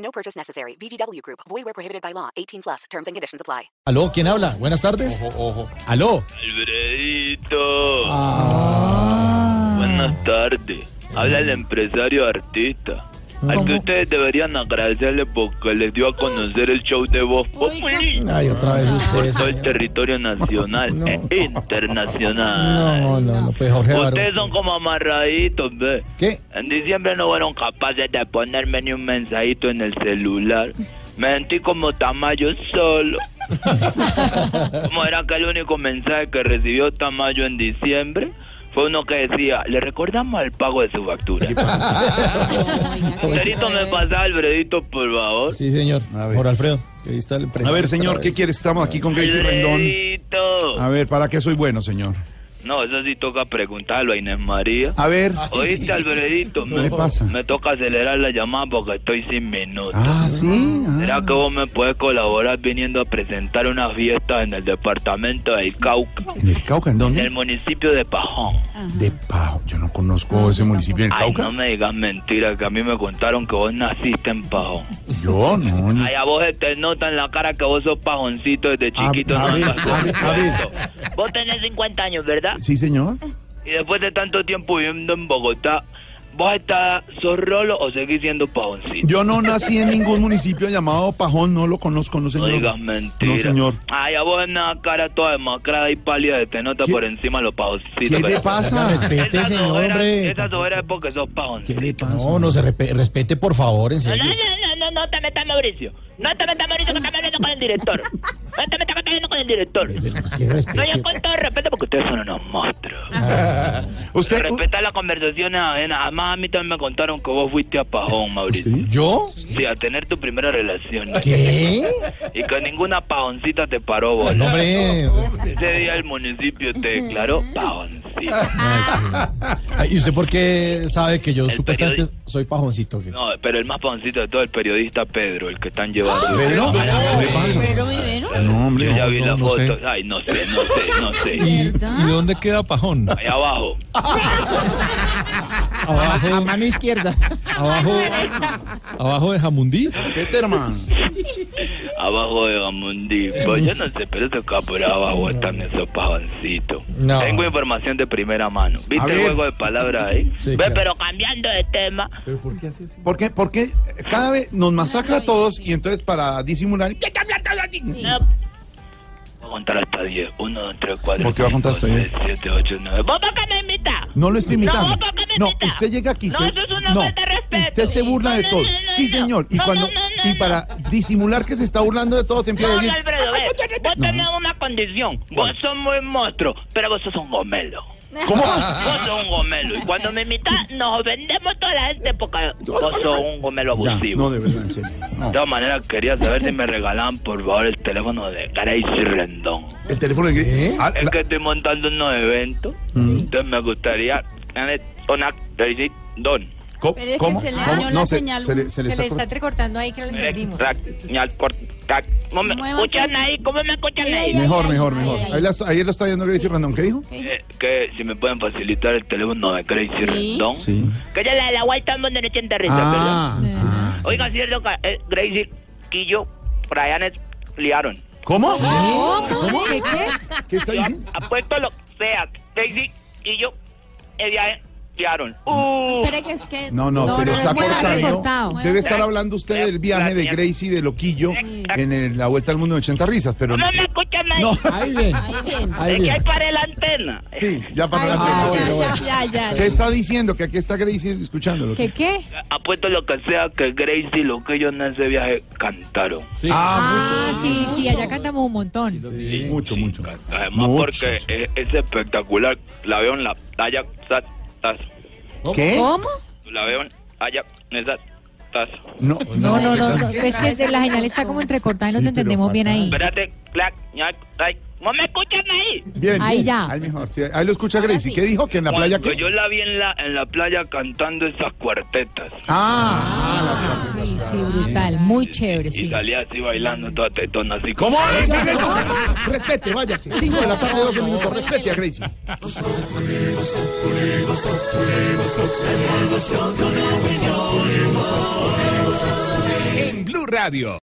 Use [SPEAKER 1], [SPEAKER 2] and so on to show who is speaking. [SPEAKER 1] No purchase necessary. VGW Group. Void where prohibited by law. 18 plus. Terms and conditions apply.
[SPEAKER 2] Aló, ¿quién habla? Buenas tardes.
[SPEAKER 3] Ojo, ojo.
[SPEAKER 2] Aló.
[SPEAKER 4] Alfredito.
[SPEAKER 2] Ah.
[SPEAKER 3] Ah.
[SPEAKER 4] Buenas tardes. Habla el empresario artista. Al que ustedes deberían agradecerle porque les dio a conocer el show de voz Populi
[SPEAKER 2] Ay, otra
[SPEAKER 3] Ah.
[SPEAKER 2] vez
[SPEAKER 4] por
[SPEAKER 2] ustedes.
[SPEAKER 4] todo el territorio nacional
[SPEAKER 2] No.
[SPEAKER 4] e internacional.
[SPEAKER 2] No, no, no, pues Jorge
[SPEAKER 4] Ustedes
[SPEAKER 2] Barón.
[SPEAKER 4] son como amarraditos, ve.
[SPEAKER 2] ¿Qué?
[SPEAKER 4] En diciembre no fueron capaces de ponerme ni un mensajito en el celular. Me sentí como Tamayo solo. ¿Cómo era que el único mensaje que recibió Tamayo en diciembre? Fue uno que decía, le recordamos el pago de su factura. Cerito, me pasa Alfredito, por favor.
[SPEAKER 2] Sí, señor. Por Alfredo.
[SPEAKER 3] Ahí está el presidente. A ver, señor, ¿qué quiere? Estamos aquí con Gracie Rendón.
[SPEAKER 4] Alfredito.
[SPEAKER 3] A ver, ¿para qué soy bueno, señor?
[SPEAKER 4] No, eso sí toca preguntarlo a Inés María.
[SPEAKER 3] A ver.
[SPEAKER 4] Oíste, Alfredito,
[SPEAKER 3] ¿Qué
[SPEAKER 4] me,
[SPEAKER 3] Ah. le pasa?
[SPEAKER 4] me toca acelerar la llamada porque estoy sin minutos.
[SPEAKER 3] Ah, sí. ah.
[SPEAKER 4] ¿Será que vos me puedes colaborar viniendo a presentar unas fiestas en el departamento del Cauca,
[SPEAKER 3] ¿En el Cauca? ¿En
[SPEAKER 4] en el
[SPEAKER 3] dónde?
[SPEAKER 4] municipio de Pajón?
[SPEAKER 3] De Pau. Yo no conozco ese municipio del
[SPEAKER 4] Ay, no
[SPEAKER 3] Cauca.
[SPEAKER 4] me digas mentiras, que a mí me contaron que vos naciste en Pajón.
[SPEAKER 3] Yo no. ni-
[SPEAKER 4] Ay, a vos se te nota en la cara que vos sos pajoncito desde chiquito.
[SPEAKER 3] Ah, a
[SPEAKER 4] no
[SPEAKER 3] ver,
[SPEAKER 4] andas
[SPEAKER 3] a ver,
[SPEAKER 4] con
[SPEAKER 3] a ver.
[SPEAKER 4] cuento. Vos tenés 50 años, ¿verdad?
[SPEAKER 3] Sí, señor.
[SPEAKER 4] Y después de tanto tiempo viviendo en Bogotá, ¿vos estás, sos rolo o seguís siendo pajoncito?
[SPEAKER 3] Yo no nací en ningún municipio llamado Pajón. No lo conozco, no,
[SPEAKER 4] No
[SPEAKER 3] señor.
[SPEAKER 4] digas mentiras.
[SPEAKER 3] No, señor.
[SPEAKER 4] Ay, a vos en la cara toda demacrada y pálida se te nota
[SPEAKER 3] ¿Qué-
[SPEAKER 4] por encima los pajoncitos.
[SPEAKER 3] ¿Qué
[SPEAKER 4] que
[SPEAKER 3] le
[SPEAKER 4] tenés.
[SPEAKER 3] pasa?
[SPEAKER 2] Respete,
[SPEAKER 4] Esas
[SPEAKER 2] señor,
[SPEAKER 4] ojeras-
[SPEAKER 2] hombre.
[SPEAKER 4] Esas ojeras es porque sos
[SPEAKER 3] ¿Qué
[SPEAKER 4] pajoncito.
[SPEAKER 3] le pasa?
[SPEAKER 2] No, no, se repe- respete, por favor, en
[SPEAKER 4] No,
[SPEAKER 2] serio.
[SPEAKER 4] no, no, no, no te metas, Mauricio. No te metas, Mauricio, que estás hablando con el director. No te metas, que estás hablando con el director.
[SPEAKER 2] Pues que
[SPEAKER 4] No, yo
[SPEAKER 2] respete.
[SPEAKER 4] con todo respeto, porque ustedes son unos monstruos.
[SPEAKER 3] Ah, ¿Usted?
[SPEAKER 4] Respeta las conversaciones ajenas. Además, a mí también me contaron que vos fuiste a Pajón, Mauricio.
[SPEAKER 3] ¿Sí?
[SPEAKER 2] ¿Yo?
[SPEAKER 4] Sí, a tener tu primera relación.
[SPEAKER 2] ¿Qué? Pues,
[SPEAKER 4] Y que ninguna pajoncita te paró, vos.
[SPEAKER 2] No, hombre.
[SPEAKER 4] Ese día el municipio te declaró pajoncito.
[SPEAKER 2] Ay, ¿Y usted por qué sabe que yo
[SPEAKER 4] El
[SPEAKER 2] supuestamente
[SPEAKER 4] periódico.
[SPEAKER 2] soy pajoncito? ¿Qué?
[SPEAKER 4] No, pero el más pajoncito de todo, el periodista Pedro, el que están llevando.
[SPEAKER 3] ¿Pedro?
[SPEAKER 4] A la-
[SPEAKER 3] ¿Qué le pasa?
[SPEAKER 5] Pero Vivero,
[SPEAKER 3] No, hombre.
[SPEAKER 4] Yo ya vi
[SPEAKER 6] no,
[SPEAKER 4] las
[SPEAKER 6] no
[SPEAKER 4] fotos.
[SPEAKER 6] sé.
[SPEAKER 4] Ay, no sé, no sé, no sé.
[SPEAKER 6] ¿Y, y
[SPEAKER 5] ¿Verdad?
[SPEAKER 6] dónde queda Pajón?
[SPEAKER 4] Allá abajo.
[SPEAKER 6] Abajo,
[SPEAKER 5] a mano izquierda.
[SPEAKER 6] abajo, abajo de Jamundí.
[SPEAKER 3] Peterman.
[SPEAKER 4] Abajo de Gamundi. Pues yo no sé, pero eso acá por abajo están esos pajoncitos.
[SPEAKER 2] No.
[SPEAKER 4] Tengo información de primera mano.
[SPEAKER 3] A
[SPEAKER 4] ¿Viste el
[SPEAKER 3] ver.
[SPEAKER 4] juego de palabras ahí?
[SPEAKER 2] Sí,
[SPEAKER 4] Ve,
[SPEAKER 2] claro.
[SPEAKER 4] pero cambiando de tema.
[SPEAKER 3] ¿Por qué? Porque cada vez nos masacra a todos y entonces para disimular...
[SPEAKER 4] No. Voy a contar hasta 10. 1, 2, 3, 4.
[SPEAKER 3] ¿Por qué va a contar hasta
[SPEAKER 4] 10? 7, 8, 9. ¿Vos por qué me invitas?
[SPEAKER 3] No lo estoy imitando.
[SPEAKER 4] No, ¿por qué me
[SPEAKER 3] No,
[SPEAKER 4] imita?
[SPEAKER 3] usted llega aquí.
[SPEAKER 4] No,
[SPEAKER 3] se-
[SPEAKER 4] eso es una falta de respeto.
[SPEAKER 3] Usted se burla
[SPEAKER 4] No,
[SPEAKER 3] de
[SPEAKER 4] no,
[SPEAKER 3] todo.
[SPEAKER 4] no, no,
[SPEAKER 3] sí,
[SPEAKER 4] no.
[SPEAKER 3] señor. Y
[SPEAKER 4] No,
[SPEAKER 3] cuando
[SPEAKER 4] no, no,
[SPEAKER 3] y
[SPEAKER 4] no,
[SPEAKER 3] para disimular que se está burlando de todo, se empieza a
[SPEAKER 4] No,
[SPEAKER 3] decir.
[SPEAKER 4] no, Alfredo,
[SPEAKER 3] pues,
[SPEAKER 4] ve. Vos tenés una condición. Vos sos muy monstruo, pero vos sos un gomelo.
[SPEAKER 3] ¿Cómo?
[SPEAKER 4] Vos sos un gomelo. Y cuando me imitas, nos vendemos toda la gente porque vos sos un gomelo
[SPEAKER 3] Ya,
[SPEAKER 4] abusivo.
[SPEAKER 3] no, de verdad, en serio. No.
[SPEAKER 4] De todas maneras, quería saber si me regalaban, por favor, el teléfono de Grace Rendón.
[SPEAKER 3] El teléfono de Ah,
[SPEAKER 4] Es
[SPEAKER 3] la-
[SPEAKER 4] que estoy montando unos eventos.
[SPEAKER 3] Mm.
[SPEAKER 4] Entonces me gustaría tener una Grace Rendón.
[SPEAKER 3] ¿Cómo?
[SPEAKER 5] Pero es
[SPEAKER 3] ¿Cómo?
[SPEAKER 5] que se le
[SPEAKER 3] ¿Cómo?
[SPEAKER 5] dañó
[SPEAKER 3] No,
[SPEAKER 5] la
[SPEAKER 3] se-
[SPEAKER 5] señal.
[SPEAKER 3] se le- se le
[SPEAKER 5] que
[SPEAKER 3] está
[SPEAKER 5] le está
[SPEAKER 3] cortando.
[SPEAKER 5] recortando ahí que lo entendimos.
[SPEAKER 4] Rac, ñal, por, tac. ¿Cómo me
[SPEAKER 5] Muévase.
[SPEAKER 4] escuchan ahí? ¿Cómo me escuchan ahí?
[SPEAKER 3] Mejor, mejor, mejor.
[SPEAKER 5] Ay, ay.
[SPEAKER 3] Ahí la estoy- Ayer lo estaba viendo Gracie Random. ¿Qué dijo?
[SPEAKER 4] Eh, que si me pueden facilitar el teléfono de Crazy
[SPEAKER 5] Sí.
[SPEAKER 4] Rendón.
[SPEAKER 3] Sí.
[SPEAKER 4] Que ya la de la White Album de 80 risas, ¿verdad?
[SPEAKER 3] Ah.
[SPEAKER 5] Ah.
[SPEAKER 4] Oiga, cierto que eh, Crazy Quillo, Brian liaron.
[SPEAKER 3] ¿Cómo?
[SPEAKER 5] ¿Cómo? ¿Qué qué?
[SPEAKER 3] ¿Qué está diciendo?
[SPEAKER 4] Apuesto lo que sea. Crazy Quillo, eh, ya liaron. Uh,
[SPEAKER 5] Espere que es que...
[SPEAKER 3] No, no, se lo está
[SPEAKER 5] mueva,
[SPEAKER 3] cortando.
[SPEAKER 5] recortado.
[SPEAKER 3] Debe estar hablando usted del viaje de Gracie de Loquillo en el- la vuelta al mundo de 80 risas, pero no.
[SPEAKER 4] ¿Cómo me escuchan ahí?
[SPEAKER 3] No.
[SPEAKER 2] Ahí bien.
[SPEAKER 5] Ahí bien.
[SPEAKER 2] Ahí
[SPEAKER 4] Es que
[SPEAKER 2] bien.
[SPEAKER 4] hay para la antena.
[SPEAKER 3] Sí, ya para
[SPEAKER 5] Ay,
[SPEAKER 3] la
[SPEAKER 5] ya,
[SPEAKER 3] tercera.
[SPEAKER 5] ya, ya, ya,
[SPEAKER 3] ¿Qué
[SPEAKER 5] ya.
[SPEAKER 3] está diciendo? Que aquí está Gracie escuchándolo.
[SPEAKER 5] ¿Qué qué?
[SPEAKER 4] Apuesto lo que sea que Gracie, lo que ellos en ese viaje cantaron.
[SPEAKER 3] Sí. Ah,
[SPEAKER 5] Ah, sí, sí, allá cantamos un montón.
[SPEAKER 3] mucho. Sí, mucho, mucho.
[SPEAKER 4] Además,
[SPEAKER 3] Mucho.
[SPEAKER 4] porque es, es espectacular. La veo en la playa. sat- sat-
[SPEAKER 3] ¿Qué?
[SPEAKER 5] ¿Cómo?
[SPEAKER 4] La veo en allá, en esa cortazo.
[SPEAKER 3] No,
[SPEAKER 5] No, no, no,
[SPEAKER 3] esas-
[SPEAKER 5] no, es que de la señal está como entrecortada y no
[SPEAKER 3] Sí,
[SPEAKER 5] te
[SPEAKER 3] pero
[SPEAKER 5] entendemos bien ahí.
[SPEAKER 4] Espérate, clac, ñac, ay, ¿no me escuchan ahí?
[SPEAKER 3] Bien,
[SPEAKER 5] Ahí
[SPEAKER 3] bien,
[SPEAKER 5] ya.
[SPEAKER 3] Ahí mejor. sí, ahí lo escucha Gracie. ¿Qué dijo? Que en la playa.
[SPEAKER 4] Cuando
[SPEAKER 3] qué?
[SPEAKER 4] Yo la vi en la, en la playa cantando esas cuartetas.
[SPEAKER 3] Ah,
[SPEAKER 5] Sí, sí, brutal, muy chévere,
[SPEAKER 4] Y
[SPEAKER 5] sí.
[SPEAKER 4] salía así bailando toda tetona, así como...
[SPEAKER 3] ¿Cómo? Respete, váyase. Cinco de la tarde, 12 minutos. Respete a Gracie.
[SPEAKER 7] En Blue Radio.